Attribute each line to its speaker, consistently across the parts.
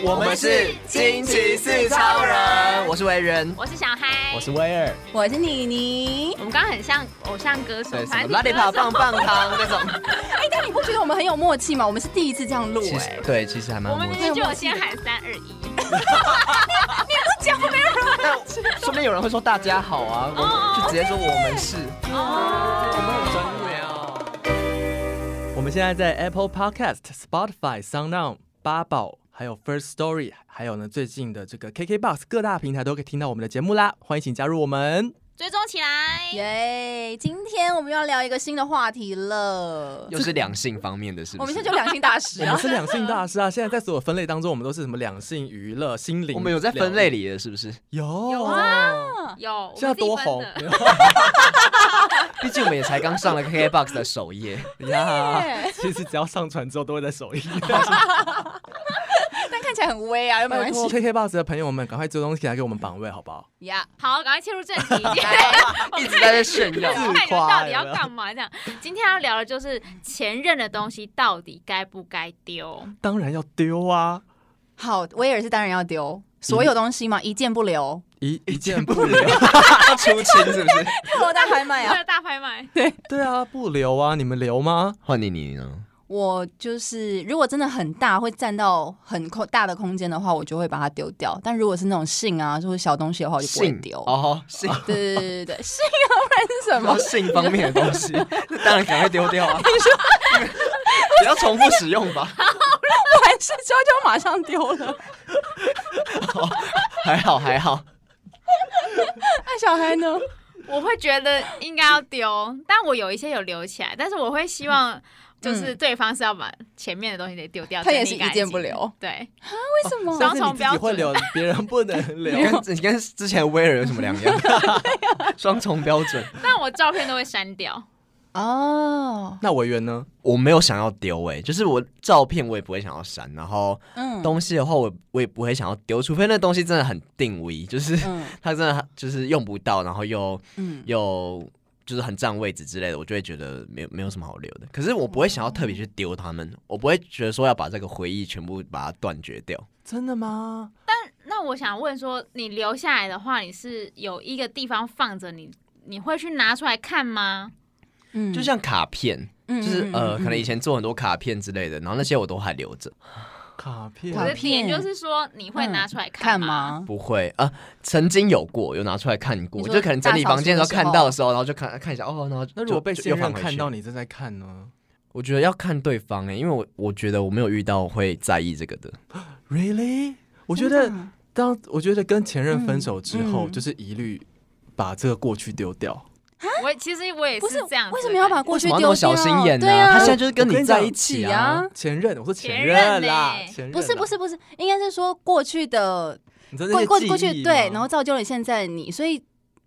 Speaker 1: 我
Speaker 2: 我们是惊奇四超人，我是维人，
Speaker 3: 我是小嗨，
Speaker 1: 我是威尔，
Speaker 4: 我是妮妮
Speaker 3: 我。们刚刚很像偶像歌手
Speaker 2: 对，，什
Speaker 3: 团
Speaker 2: 么拉力
Speaker 3: 体
Speaker 2: 跑
Speaker 3: 歌手
Speaker 2: 棒棒糖那种，
Speaker 4: 哎、但你不觉得我们很有默契吗？我们是第一次这样录、
Speaker 2: 其
Speaker 4: 哎
Speaker 2: 实，对，其实还蛮
Speaker 3: 我
Speaker 2: 默
Speaker 3: 们明
Speaker 2: 契。
Speaker 3: 明就有先喊三二一，
Speaker 2: 但说不定有人会说大家好啊，我
Speaker 3: 哦
Speaker 2: 们就直接说我们是，
Speaker 3: 哦，
Speaker 2: 我们很专业哦。
Speaker 1: 我们现在在 Apple Podcast、Spotify、Sound On、八宝，还有 First Story，还有呢最近的这个 KKBox 各大平台都可以听到我们的节目啦，欢迎请加入我们。
Speaker 3: 追踪起 来，
Speaker 4: 哎耶、今天我们又要聊一个新的话题了。
Speaker 2: 又是两性方面的，是
Speaker 4: 我
Speaker 2: 不是
Speaker 4: 们现在？就两性大师
Speaker 1: 我
Speaker 4: 啊
Speaker 1: 们！是两性大师啊！现在在所有分类当中，我们都是什么两性、娱乐、心灵，
Speaker 2: 我们有在分类里的，是不是？
Speaker 1: 有
Speaker 3: 有啊有，我们
Speaker 1: 现在多
Speaker 3: 自己分
Speaker 1: 红
Speaker 3: 的
Speaker 2: 毕竟我们也才刚上了 KKBOX 的首页，
Speaker 4: 哎
Speaker 1: 呀！其实只要上传之后都会在首页。
Speaker 4: 但看起来很威啊，又没
Speaker 1: 拜
Speaker 4: 关
Speaker 1: 托
Speaker 4: 系
Speaker 1: KKBOX 的朋友们，赶快追踪起来给我们榜位好不好？
Speaker 4: 呀。
Speaker 3: 好，赶快切入正题，今天
Speaker 2: 一直在这炫耀。
Speaker 3: 看你们到底要干嘛？这样，今天要聊的就是前任的东西到底该不该丢？
Speaker 1: 当然要丢啊！
Speaker 4: 好，威尔是当然要丢所有东西嘛，一件不留。
Speaker 1: 一一件不留，
Speaker 2: 要出清是不是？
Speaker 4: 我大拍卖
Speaker 3: 为！了大拍 卖，啊
Speaker 1: 对啊，不留啊！你们留吗？
Speaker 2: 换你你呢？
Speaker 4: 我就是，如果真的很大，会占到很空大的空间的话，我就会把它丢掉。但如果是那种信啊，就是小东西的话，我就不会
Speaker 2: 性
Speaker 4: 丢。
Speaker 2: 哦，性
Speaker 4: 对对对对对，信啊，不然是 什么
Speaker 2: 说？性方面的东西， 那当然赶快丢掉啊！ 不要重复使用吧，
Speaker 4: 完事之后就马上丢了。
Speaker 2: 还好还好。
Speaker 4: 那小孩呢？
Speaker 3: 我会觉得应该要丢，但我有一些有留起来，但是我会希望就是对方是要把前面的东西得丢掉，
Speaker 4: 嗯他也是
Speaker 3: 整理干
Speaker 4: 一件
Speaker 3: 净
Speaker 4: 不留，
Speaker 3: 对，
Speaker 4: 为什么？
Speaker 3: 双
Speaker 1: 但是
Speaker 3: 重
Speaker 1: 你自
Speaker 3: 标
Speaker 1: 己
Speaker 3: 准
Speaker 1: 会留， 别人不能
Speaker 2: 你
Speaker 1: 留。
Speaker 2: 跟你跟之前威尔有什么两样？ 双重标准。
Speaker 3: 但我照片都会删掉。
Speaker 4: 哦，
Speaker 1: 那委员呢？
Speaker 2: 我没有想要丢诶、就是我照片我也不会想要删，然后
Speaker 4: 嗯
Speaker 2: 东西的话我我也不会想要丢，除非那东西真的很定位，就是
Speaker 4: 嗯
Speaker 2: 它真的就是用不到，然后又
Speaker 4: 嗯，
Speaker 2: 又就是很占位置之类的，我就会觉得没有没有什么好留的。可是我不会想要特别去丢它们，我不会觉得说要把这个回忆全部把它断绝掉。
Speaker 1: 真的吗？
Speaker 3: 那我想问说，你留下来的话，你是有一个地方放着你，你会去拿出来看吗？
Speaker 4: 嗯
Speaker 2: 就像卡片，
Speaker 4: 就
Speaker 2: 就是呃，
Speaker 4: 嗯
Speaker 2: 可能以前做很多卡片之类的，然后那些我都还留着。
Speaker 1: 卡片
Speaker 3: 我
Speaker 4: 卡
Speaker 3: 的
Speaker 4: 片
Speaker 3: 点就是说，你会拿出来
Speaker 4: 嗯看
Speaker 3: 吗？
Speaker 4: 吗？
Speaker 2: 不会啊、曾经有过，有拿出来看过，
Speaker 4: 你说
Speaker 2: 就可能整理房间的时候
Speaker 4: 大扫除的时候
Speaker 2: 看到的时候，然后就看看一下，哦，然后就
Speaker 1: 那如果被
Speaker 2: 就
Speaker 1: 现
Speaker 2: 又放
Speaker 1: 任
Speaker 2: 回
Speaker 1: 看
Speaker 2: 去
Speaker 1: 到你正在看呢
Speaker 2: 我觉得要看对方哎、因为我我觉得我没有遇到会在意这个的，
Speaker 1: ？Really？我觉
Speaker 4: 真的啊
Speaker 1: 得当我觉得跟前任分手之后，
Speaker 4: 嗯嗯
Speaker 1: 就是一律把这个过去丢掉。
Speaker 3: 我其实我也
Speaker 4: 不是
Speaker 3: 这样子的感觉，
Speaker 4: 为什么要把过
Speaker 2: 为
Speaker 4: 去
Speaker 2: 什么要那
Speaker 4: 丢
Speaker 2: 么小
Speaker 4: 掉？
Speaker 2: 心眼呢、
Speaker 4: 对啊
Speaker 2: 他现在就是跟
Speaker 1: 我跟
Speaker 2: 你
Speaker 1: 你
Speaker 2: 在
Speaker 1: 讲
Speaker 2: 一起
Speaker 4: 起
Speaker 2: 啊
Speaker 4: 啊，
Speaker 1: 前任，我说前
Speaker 3: 前任
Speaker 1: 任啦，
Speaker 3: 嘞
Speaker 1: 前任
Speaker 4: 不是
Speaker 1: 啦
Speaker 4: 不，是不是，应该是说过去的
Speaker 1: 你知道那
Speaker 4: 过
Speaker 1: 些
Speaker 4: 过
Speaker 1: 记
Speaker 4: 过去
Speaker 1: 忆
Speaker 4: 对，
Speaker 1: 吗
Speaker 4: 然后造就了现在的你，所以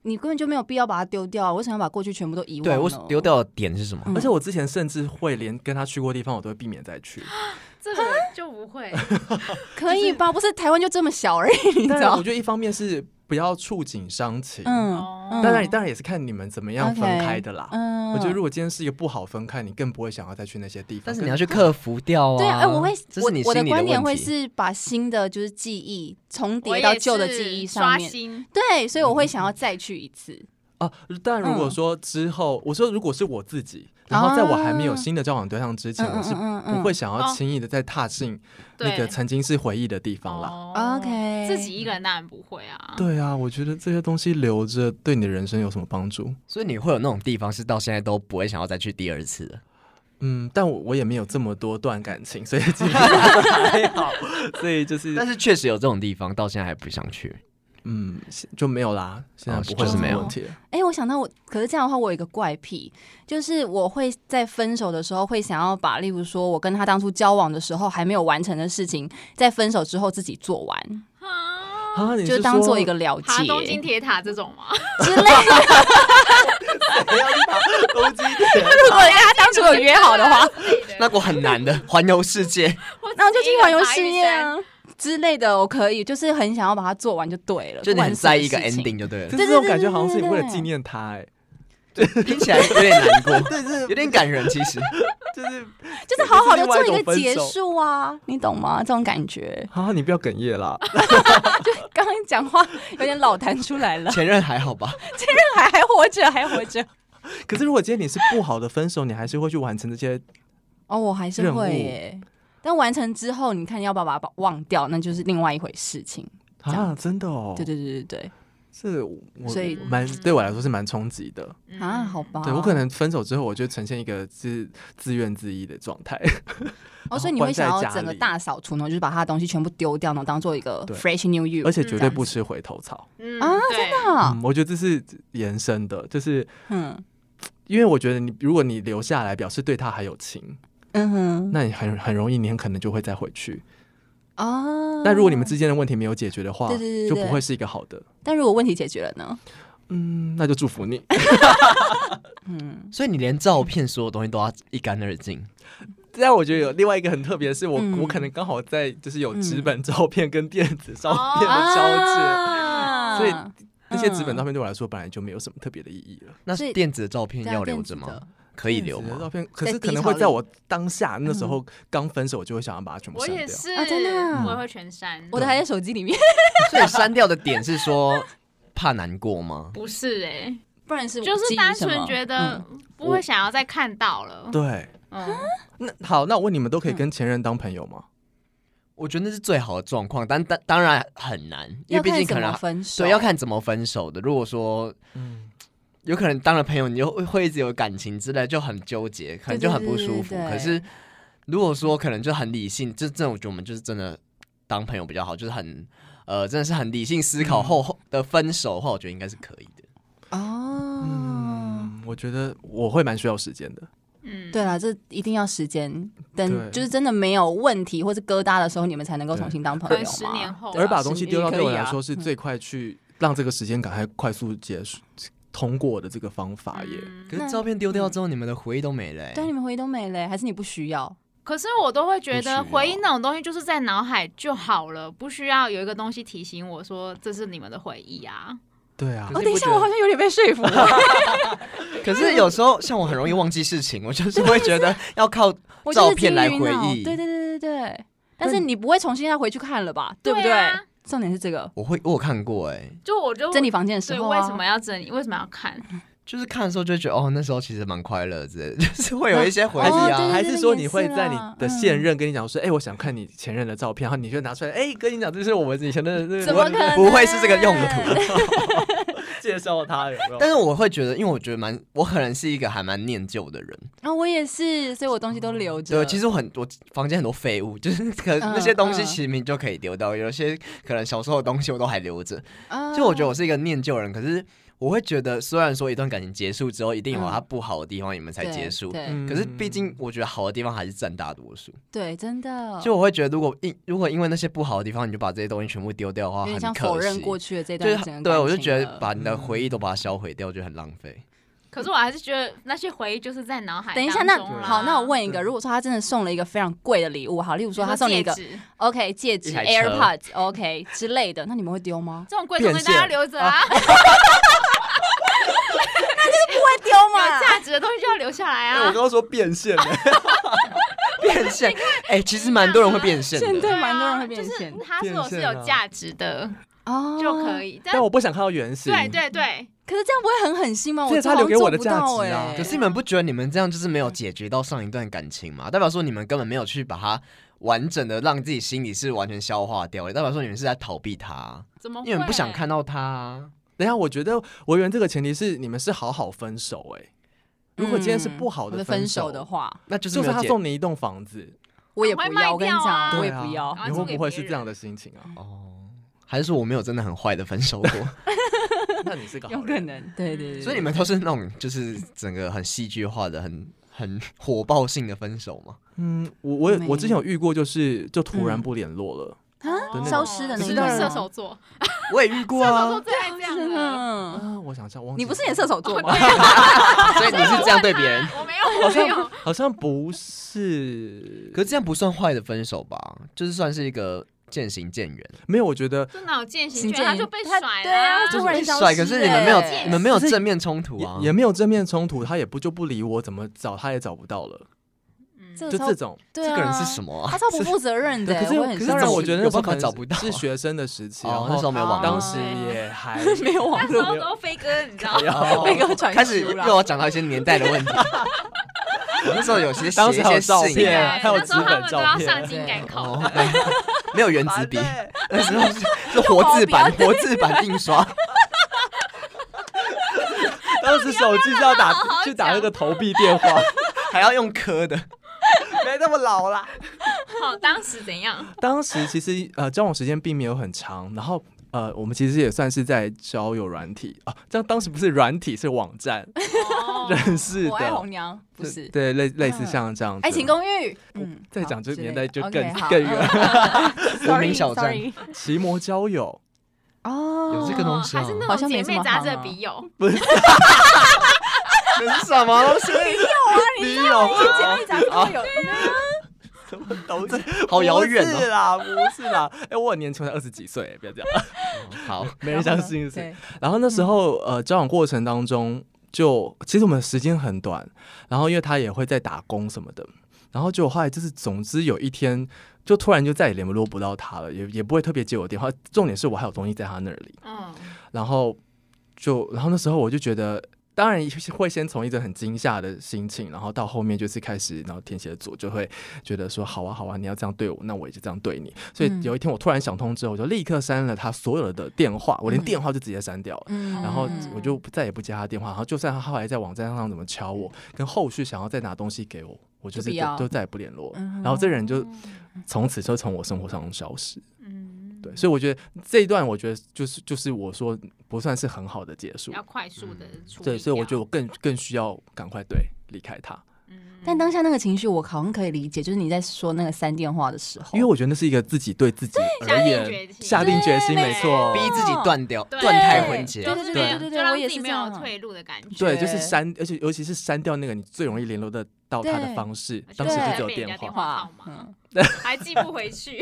Speaker 4: 你根本就没有必要把它丢掉啊。为什么要把过去全部都遗忘？
Speaker 2: 对我丢。掉的点是什么？
Speaker 4: 嗯
Speaker 1: 而且我之前甚至会连跟他去过的地方，我都会避免再去。
Speaker 3: 这个
Speaker 4: 啊
Speaker 3: 我就不 会？
Speaker 4: 可以吧？不是台湾就这么小而已，你知
Speaker 1: 但是
Speaker 4: 道
Speaker 1: 我？觉得一方面是不要触景伤情，嗯，
Speaker 4: 嗯，
Speaker 3: 哦
Speaker 1: 当然当然也是看你们怎么样分
Speaker 4: OK，
Speaker 1: 开的啦。
Speaker 4: 嗯，
Speaker 1: 我觉得如果今天是一个不好分开，你更不会想要再去那些地方。
Speaker 2: 但是你要去克服掉啊。
Speaker 4: 对啊，哎，我会
Speaker 2: 这
Speaker 4: 我
Speaker 2: 是你心
Speaker 4: 我的
Speaker 2: 里
Speaker 4: 观点
Speaker 2: 问
Speaker 4: 会
Speaker 2: 题
Speaker 4: 是把新的就是记忆重
Speaker 3: 我
Speaker 4: 叠
Speaker 3: 也
Speaker 4: 到旧的
Speaker 3: 是
Speaker 4: 记忆上
Speaker 3: 刷
Speaker 4: 面，
Speaker 3: 新
Speaker 4: 对，所以我会想要再去一次。
Speaker 1: 啊，但如果
Speaker 4: 嗯
Speaker 1: 说之后，我说如果是我自己，然后在我还没有
Speaker 4: 啊
Speaker 1: 新的交往对象之前，我是
Speaker 4: 嗯
Speaker 1: 不会想要轻易的再踏进那个
Speaker 3: 哦对
Speaker 1: 曾经是回忆的地方啦。
Speaker 3: 哦
Speaker 4: OK，
Speaker 3: 自己一个人当然不会啊。
Speaker 1: 对啊，我觉得这些东西留着对你的人生有什么帮助？
Speaker 2: 所以你会有那种地方是到现在都不会想要再去第二次的。
Speaker 1: 嗯，但我我也没有这么多段感情，所以基本上 还好，所以就是
Speaker 2: 但是确实有这种地方，到现在还不想去。
Speaker 1: 嗯，现就没有啦，现在
Speaker 2: 哦
Speaker 1: 不会
Speaker 4: 就是没有
Speaker 1: 问题了。
Speaker 4: 哎、我想到我，可是这样的话，我有一个怪癖，就是我会在分手的时候会想要把，例如说我跟他当初交往的时候还没有完成的事情，在分手之后自己做完，
Speaker 3: 啊，
Speaker 1: 啊，你
Speaker 4: 就是当
Speaker 1: 说
Speaker 4: 做 一个了解
Speaker 3: 爬东京铁塔这种吗？
Speaker 4: 之类的。
Speaker 1: 东京铁塔
Speaker 4: 如果他当初有约好的 话，
Speaker 2: 那个很难的，环游世 界。
Speaker 4: 那我就去环游世界啊之类的，我可以，就是很想要把它做完就对了。
Speaker 2: 就
Speaker 4: 不
Speaker 2: 你
Speaker 4: 管
Speaker 2: 很
Speaker 4: 是什么
Speaker 2: 在意一个
Speaker 4: 事情
Speaker 2: ending 就对了。
Speaker 1: 就
Speaker 4: 对对
Speaker 1: 是这种感
Speaker 4: 对
Speaker 1: 觉，好像是
Speaker 4: 对
Speaker 1: 为了
Speaker 4: 对
Speaker 1: 纪念他、哎，
Speaker 2: 听起来有点难过，
Speaker 1: 对，就是
Speaker 2: 有点感人。其实，
Speaker 1: 就是
Speaker 4: 就是好好的做一个
Speaker 1: 这是另外一
Speaker 4: 结
Speaker 1: 种分
Speaker 4: 束啊，你懂吗？这种感觉，
Speaker 1: 啊，你不要哽咽 啦。
Speaker 4: 刚刚讲话有点老痰出来了，
Speaker 2: 前任 还好吧？
Speaker 4: 还还活着，还活着。
Speaker 1: 可是如果今天你是不好的分手，你还是会去完成这些，
Speaker 4: 哦，我还是
Speaker 1: 任
Speaker 4: 会
Speaker 1: 务
Speaker 4: 耶，但完成之后，你看要不要把它忘掉，那就是另外一回事情。这
Speaker 1: 啊，
Speaker 4: 样
Speaker 1: 真的哦，
Speaker 4: 对对对对
Speaker 1: 这我
Speaker 4: 所以嗯
Speaker 1: 蛮对我来说是蛮冲击的。
Speaker 4: 对，
Speaker 3: 嗯
Speaker 4: 啊，好吧。
Speaker 1: 对我可能分手之后，我就呈现一个是自怨自艾的状 态。
Speaker 4: 哦，所以
Speaker 1: 然后
Speaker 4: 你
Speaker 1: 关
Speaker 4: 会想
Speaker 1: 在
Speaker 4: 要
Speaker 1: 家
Speaker 4: 整个
Speaker 1: 里
Speaker 4: 大扫除呢，就是把他的东西全部丢掉呢，然后当做一个
Speaker 1: 对
Speaker 4: fresh new you
Speaker 1: 而且绝对
Speaker 4: 嗯
Speaker 1: 不吃回头草。
Speaker 3: 嗯
Speaker 4: 啊，
Speaker 3: 对
Speaker 4: 真的啊，
Speaker 1: 嗯，我觉得这是延伸的，就是
Speaker 4: 嗯
Speaker 1: 因为我觉得你如果你留下来，表示对他还有情，
Speaker 4: 嗯哼，
Speaker 1: 那你很很容易，你很可能就会再回去。
Speaker 4: 哦，
Speaker 1: 那如果你们之间的问题没有解决的话，
Speaker 4: 对对对
Speaker 1: 就
Speaker 4: 对
Speaker 1: 不会是一个好的。
Speaker 4: 但如果问题解决了 呢？
Speaker 1: 嗯，那就祝福你。
Speaker 4: 嗯，
Speaker 2: 所以你连照片所有东西都要一干二净。
Speaker 1: 但我觉得有另外一个很特别的是我，我、
Speaker 4: 嗯
Speaker 1: 可能刚好在就是有
Speaker 4: 嗯哦
Speaker 1: 纸本照片跟电子照片的交界，
Speaker 4: 啊嗯
Speaker 1: 所以那些纸本照片对我来说本来就没有什么特别的意义了。
Speaker 2: 那
Speaker 4: 所以
Speaker 2: 电子的照片
Speaker 4: 对啊
Speaker 2: 要留
Speaker 4: 电子
Speaker 2: 着吗
Speaker 4: 的？
Speaker 2: 可以留
Speaker 1: 纸的
Speaker 2: 吗
Speaker 1: 照？片，可是
Speaker 4: 在低
Speaker 1: 可能
Speaker 4: 潮
Speaker 1: 会在
Speaker 4: 里嗯
Speaker 1: 我当下那时候刚分手，我就会想要把它全部
Speaker 3: 我
Speaker 1: 删
Speaker 3: 也
Speaker 1: 掉。
Speaker 3: 是，
Speaker 4: 啊真的啊
Speaker 3: 我也会全删。
Speaker 4: 我的还在手机里面，
Speaker 2: 所以删掉的点是说怕难过吗？
Speaker 3: 不是哎，
Speaker 4: 不然是
Speaker 3: 就是单纯觉
Speaker 4: 嗯
Speaker 3: 得不
Speaker 1: 我
Speaker 3: 会想要再看到了。
Speaker 1: 对，
Speaker 4: 啊
Speaker 3: 嗯，
Speaker 1: 那好，那我问你们，都可
Speaker 4: 嗯
Speaker 1: 以跟前任当朋友吗？
Speaker 2: 我觉得那是最好的状况，但但当然很难，因为
Speaker 4: 要
Speaker 2: 毕
Speaker 4: 看
Speaker 2: 竟
Speaker 4: 怎
Speaker 2: 可
Speaker 4: 么
Speaker 2: 能
Speaker 4: 分手，
Speaker 2: 对要看怎么分手的。如果说
Speaker 1: 嗯，
Speaker 2: 有可能当了朋友，你就会会一直有感情之类，就很纠结，可能就很不舒服。
Speaker 4: 对对对对
Speaker 2: 可是如果说可能就很理性，这这种我觉得我们就是真的当朋友比较好，就是很呃，真的是很理性思考
Speaker 4: 嗯
Speaker 2: 后后的分手的话，我觉得应该是可以的。
Speaker 4: 哦。
Speaker 1: 嗯，我觉得我会蛮需要时间的。
Speaker 3: 嗯，
Speaker 4: 对啦，啊这一定要时间，
Speaker 1: 对
Speaker 4: 等就是真的没有问题或是疙瘩的时候，你们才能够
Speaker 1: 对
Speaker 4: 重新当朋
Speaker 3: 可
Speaker 4: 友
Speaker 3: 能
Speaker 4: 嘛。
Speaker 3: 十年后
Speaker 4: 对
Speaker 1: 而
Speaker 4: 啊
Speaker 1: 把
Speaker 4: 十
Speaker 1: 东西
Speaker 4: 年
Speaker 1: 丢掉
Speaker 4: 也
Speaker 1: 对我
Speaker 4: 可以
Speaker 1: 来
Speaker 4: 啊
Speaker 1: 说是最快去让这个时间赶快快速结束通过的这个方法耶。
Speaker 3: 嗯
Speaker 2: 可
Speaker 4: 那嗯
Speaker 2: 是照片丢掉之后，你们的回忆都没了、欸。
Speaker 4: 对，你们回忆都没了，还是你不需要？
Speaker 3: 可是我都会觉
Speaker 2: 不需要
Speaker 3: 得回忆那种东西就是在脑海就好了，不需要有一个东西提醒我说这是你们的回忆啊。
Speaker 1: 对啊
Speaker 2: 可，
Speaker 4: 哦，
Speaker 2: 是
Speaker 4: 等一
Speaker 2: 不
Speaker 4: 下，
Speaker 2: 觉得
Speaker 4: 我好像有点被 说服了。
Speaker 2: 可是有时候像我很容易忘记事 情，我就是会觉得要靠
Speaker 4: 我就是
Speaker 2: 照片来
Speaker 4: 金鱼脑
Speaker 2: 回忆
Speaker 4: 对对对对对。但是你不会重新再回去看了吧？对不对？
Speaker 3: 啊
Speaker 4: 重点是这个
Speaker 2: 我会我有看过哎、欸
Speaker 3: 就我就
Speaker 4: 整理房间的时
Speaker 3: 对，
Speaker 4: 候、啊、
Speaker 3: 为什么要整理？为什么要看？
Speaker 2: 就是看的时候就会觉得哦，那时候其实蛮快乐之类的， 就是会有一些回
Speaker 1: 还
Speaker 2: 忆
Speaker 1: 是、
Speaker 4: 哦对
Speaker 2: 啊。
Speaker 4: 对
Speaker 1: 还
Speaker 4: 这
Speaker 1: 是
Speaker 4: 个
Speaker 1: 说
Speaker 4: 也
Speaker 1: 你
Speaker 4: 是
Speaker 1: 会在你
Speaker 4: 啦嗯
Speaker 1: 的现任跟你讲说，哎、我想看你前任的照片，然后你就拿出来，哎、跟你讲这是我们以前的那个
Speaker 4: 怎么可能
Speaker 2: 不会是这个用途？
Speaker 1: 介绍他有没有？
Speaker 2: 但是我会觉得，因为我觉得蛮，我可能是一个还蛮念旧的人。
Speaker 4: 啊，我也是，所以我东西都留着。
Speaker 2: 对，其实我很我房间很多废物， 就是可能那些东西
Speaker 4: 嗯
Speaker 2: 其实明就可以丢掉，有些可能小时候的东西我都还留着。
Speaker 4: 啊
Speaker 2: 就我觉得我是一个念旧人，可是我会觉得，虽然说一段感情结束之后，一定有它不好的地方，你们才
Speaker 4: 嗯对
Speaker 2: 结束。
Speaker 4: 对、
Speaker 1: 嗯
Speaker 2: 可是毕竟我觉得好的地方还是占大多数。
Speaker 4: 对，真的
Speaker 2: 就我会觉得，如果因如果因为那些不好的地方，你就把这些东西全部丢掉的话，很
Speaker 4: 有点像否
Speaker 2: 可
Speaker 4: 认
Speaker 2: 惜。
Speaker 4: 过去的这
Speaker 2: 就
Speaker 4: 段整
Speaker 2: 是
Speaker 4: 个
Speaker 2: 对，啊
Speaker 4: 感
Speaker 2: 我就
Speaker 4: 情
Speaker 2: 觉得
Speaker 4: 了嗯
Speaker 2: 把你的回忆都把它销毁掉，就很浪费。
Speaker 3: 可是我还是觉得那些回忆就是在脑海
Speaker 4: 等
Speaker 3: 当中
Speaker 4: 一
Speaker 3: 啦。
Speaker 4: 下，那
Speaker 1: 啦
Speaker 4: 好，那我问一个，
Speaker 1: 对
Speaker 4: 如果说他真的送了一个非常贵的礼物，好，例如
Speaker 3: 比
Speaker 4: 说
Speaker 3: 如
Speaker 4: 他送你一个
Speaker 3: 戒指
Speaker 4: OK 戒指
Speaker 2: 一台车
Speaker 4: AirPods OK 之类的，那你们会丢吗？
Speaker 3: 这种贵重的
Speaker 1: 变
Speaker 3: 东
Speaker 1: 现
Speaker 3: 西大家留着啊，
Speaker 4: 哦会 丢
Speaker 3: 有价值的东西就要留下来
Speaker 1: 哎我
Speaker 3: 啊。
Speaker 1: 刚刚说变现了、
Speaker 4: 啊
Speaker 2: 变 现，哎、其实蛮多人会变现
Speaker 4: 现
Speaker 2: 的。
Speaker 4: 在
Speaker 3: 啊
Speaker 4: 蛮多人会变现
Speaker 3: 就是它是有
Speaker 1: 变现
Speaker 3: 是
Speaker 1: 啊
Speaker 3: 有价值的
Speaker 4: 哦
Speaker 3: 就可
Speaker 4: 以。
Speaker 3: 以，但
Speaker 1: 但我不想看到原型。
Speaker 3: 对对对，
Speaker 4: 可是这样不会很狠心吗？
Speaker 1: 这是
Speaker 4: 我
Speaker 1: 他留给我的价值
Speaker 4: 好
Speaker 1: 啊
Speaker 4: 像做不到欸
Speaker 2: 可是你们不觉得你们这样就是没有解决到上一段感情吗？代表说你们根本没有去把它完整的让自己心里是完全消化掉的，代表说你们是在逃避它，
Speaker 3: 怎么
Speaker 2: 因
Speaker 3: 会？
Speaker 2: 为你们不想看到它啊。
Speaker 1: 等一下，我觉得维园这个前提是你们是好好分手、哎，如果今天是不
Speaker 4: 嗯
Speaker 1: 好
Speaker 4: 我
Speaker 1: 的
Speaker 4: 的分
Speaker 1: 手,、
Speaker 4: 手的，话，
Speaker 2: 那就是
Speaker 1: 就
Speaker 2: 没
Speaker 1: 是
Speaker 2: 有
Speaker 1: 他
Speaker 2: 解。
Speaker 1: 送你一栋房子，
Speaker 4: 我也不
Speaker 3: 赶快
Speaker 4: 要。
Speaker 3: 卖
Speaker 4: 我跟你
Speaker 3: 掉啊
Speaker 4: 讲，我
Speaker 1: 对
Speaker 4: 也
Speaker 1: 啊
Speaker 4: 不要。嗯
Speaker 3: 然后
Speaker 1: 你
Speaker 3: 租
Speaker 1: 会
Speaker 3: 给
Speaker 1: 不会
Speaker 3: 别
Speaker 1: 是这
Speaker 3: 人
Speaker 1: 样的 心情啊？
Speaker 2: 哦，还是说我没有真的很坏的分手过？
Speaker 1: 那你是个好
Speaker 4: 有
Speaker 1: 人
Speaker 4: 可能，对对对。
Speaker 2: 所以你们都是那种就是整个很戏剧化的、很很火爆性的分手吗？
Speaker 1: 嗯，我我有
Speaker 4: 没
Speaker 1: 我之前有遇过，就是就突然
Speaker 4: 嗯
Speaker 1: 不联络了，
Speaker 4: 啊
Speaker 1: 的那
Speaker 4: 消
Speaker 1: 种
Speaker 4: 失的
Speaker 1: 可
Speaker 4: 那
Speaker 1: 是
Speaker 4: 一
Speaker 1: 当
Speaker 4: 种
Speaker 1: 然
Speaker 3: 射手座，
Speaker 2: 我也遇过
Speaker 3: 射手座
Speaker 2: 啊，
Speaker 3: 最爱哦这样了。
Speaker 1: 啊、
Speaker 4: 嗯，
Speaker 1: 我想想，忘记
Speaker 4: 你不是
Speaker 1: 了
Speaker 4: 也射手座吗？
Speaker 2: 所 以你是这样对别人。
Speaker 3: 我没有，我没有。
Speaker 1: 好像不是，
Speaker 2: 可是这样不算坏的分手吧？就是算是一个渐行渐远。
Speaker 1: 没有，我觉得
Speaker 3: 就哪有渐行
Speaker 4: 行
Speaker 3: 渐远，他
Speaker 4: 渐
Speaker 3: 就被甩了啊，
Speaker 4: 对啊，
Speaker 2: 就是
Speaker 4: 突然
Speaker 2: 被
Speaker 4: 消
Speaker 2: 甩可
Speaker 4: 失
Speaker 2: 是你们没有
Speaker 4: 欸
Speaker 2: 你们没有
Speaker 1: 可是
Speaker 2: 正面冲突啊
Speaker 1: 也，也没有正面冲突，他也不就不理我，怎么找他也找不到了，
Speaker 3: 嗯
Speaker 4: 这
Speaker 1: 就
Speaker 4: 超
Speaker 1: 这种。
Speaker 4: 对
Speaker 2: 这
Speaker 4: 啊，
Speaker 2: 个人是什么啊
Speaker 4: 他？超不负责任的
Speaker 1: 可
Speaker 4: 欸，
Speaker 1: 是
Speaker 4: 我很
Speaker 1: 可是
Speaker 4: 生
Speaker 1: 当然，
Speaker 4: 气
Speaker 1: 我觉得那
Speaker 2: 有
Speaker 1: 时候
Speaker 2: 办法
Speaker 1: 可能
Speaker 2: 找不到啊
Speaker 1: 是学生的时期，然
Speaker 2: 哦
Speaker 1: 后，
Speaker 2: 那时候没有网
Speaker 1: 当
Speaker 2: 络
Speaker 4: 哦。
Speaker 1: 时也还
Speaker 4: 没有网
Speaker 3: 那时
Speaker 4: 络，
Speaker 3: 候都飞哥，你知道吗？
Speaker 2: 哦
Speaker 4: 那个传
Speaker 2: 开始
Speaker 4: 输
Speaker 2: 又
Speaker 4: 啦
Speaker 2: 要讲到一些年代的问 题。我那时候有些写
Speaker 1: 当
Speaker 2: 一
Speaker 1: 时还有
Speaker 2: 些
Speaker 1: 照
Speaker 2: 信
Speaker 1: 片
Speaker 2: 啊，
Speaker 1: 还有
Speaker 3: 那时候
Speaker 1: 纸
Speaker 3: 他
Speaker 1: 本
Speaker 3: 们都
Speaker 1: 照
Speaker 3: 要
Speaker 1: 片
Speaker 3: 上京赶考
Speaker 2: 哦，没有原子笔，那时候是是活字
Speaker 4: 用毛
Speaker 2: 版，
Speaker 4: 笔啊
Speaker 2: 活字版印 刷。
Speaker 1: 当时手机是要 打去打那个投币电话，
Speaker 2: 还要用 磕的，
Speaker 1: 没那么老啦。
Speaker 3: 好，当时怎样？
Speaker 1: 当时其实呃交往时间并没有很长，然后呃我们其实也算是在交友软体啊，这样当时不是软体是网站
Speaker 3: 哦
Speaker 1: 认识
Speaker 4: 我爱红
Speaker 1: 的，
Speaker 4: 娘不是《
Speaker 1: 对类类似像这样子
Speaker 4: 爱情公寓》。嗯，
Speaker 1: 再
Speaker 4: 好
Speaker 1: 讲这
Speaker 4: 之类
Speaker 1: 年代
Speaker 4: 的
Speaker 1: 就
Speaker 4: OK，
Speaker 1: 更
Speaker 4: 好
Speaker 1: 更远
Speaker 2: 无名
Speaker 4: Sorry，
Speaker 2: 小站
Speaker 4: sorry
Speaker 1: 奇摩交友
Speaker 4: 哦，
Speaker 2: 有这个东西啊
Speaker 3: 还是
Speaker 4: 好
Speaker 3: 那种
Speaker 4: 像
Speaker 3: 姐
Speaker 4: 没什
Speaker 3: 妹
Speaker 4: 么
Speaker 3: 杂
Speaker 4: 好
Speaker 3: 志的
Speaker 4: 啊
Speaker 3: 笔友，
Speaker 2: 这是什么东 西？
Speaker 1: 你有啊
Speaker 4: 姐妹杂志会 有，
Speaker 1: 什么都是
Speaker 2: 好遥远
Speaker 1: 不
Speaker 2: 哦
Speaker 1: 是啦，不是啦， 哎、我很年轻，我才二十几岁，不要这样，
Speaker 2: 好，
Speaker 1: 没人相信是。
Speaker 4: 对，
Speaker 1: 然后那时候呃，交往过程当中就，其实我们的时间很短，然后因为他也会在打工什么的，然后就后来就是，总之有一天就突然就再也联络不到他了，也也不会特别接我电话。重点是我还有东西在他那里，
Speaker 3: 嗯，
Speaker 1: 然后就然后那时候我就觉得。当然会先从一种很惊吓的心情，然后到后面就是开始，然后天蝎座就会觉得说好啊好啊，你要这样对我，那我也就这样对你。所以
Speaker 4: 嗯
Speaker 1: 有一天我突然想通之后，我就立刻删了他所有的电话，我连
Speaker 4: 嗯
Speaker 1: 电话就直接删掉了。
Speaker 4: 嗯
Speaker 1: 然后
Speaker 3: 嗯
Speaker 1: 我就不再也不接他电话，然后就算他后来在网站上怎么敲我，跟后续想要再拿东西给我，我就
Speaker 4: 就是不
Speaker 1: 都
Speaker 4: 要
Speaker 1: 都再也不联络。
Speaker 4: 嗯
Speaker 1: 然后这人就从此就从我生活当中消失。
Speaker 3: 嗯，
Speaker 1: 对，所以我觉得这一段，我觉得就是就是我说不算是很好的结束
Speaker 3: 要。快速的
Speaker 2: 嗯
Speaker 3: 处理。
Speaker 1: 对，所以我觉得我，更更需要赶快对离开他，
Speaker 3: 嗯
Speaker 4: 但当下那个情绪，我好像可以理解，就是你在说那个三电话的时候，
Speaker 1: 因为我觉得那是一个自己对自己
Speaker 3: 下
Speaker 1: 而
Speaker 3: 定
Speaker 1: 言
Speaker 3: 决心
Speaker 1: 下定决心，
Speaker 3: 对
Speaker 1: 没错。
Speaker 2: 逼自己断掉，
Speaker 3: 对
Speaker 2: 断开环节
Speaker 4: 对。
Speaker 3: 就是
Speaker 1: 对
Speaker 3: 没有
Speaker 4: 对对对
Speaker 3: 就让
Speaker 4: 我也
Speaker 3: 自己
Speaker 4: 是
Speaker 3: 没
Speaker 4: 这
Speaker 3: 有
Speaker 4: 样啊
Speaker 3: 退路的感觉。
Speaker 1: 对，就是
Speaker 4: 觉
Speaker 1: 删，而且尤其是删掉那个你最容易联络得到他的
Speaker 4: 对
Speaker 1: 方式
Speaker 3: 而且，
Speaker 1: 当时就
Speaker 4: 对
Speaker 1: 只有
Speaker 3: 被人家
Speaker 1: 电
Speaker 3: 电
Speaker 1: 话。
Speaker 3: 话号码
Speaker 4: 嗯，
Speaker 3: 还寄不回去，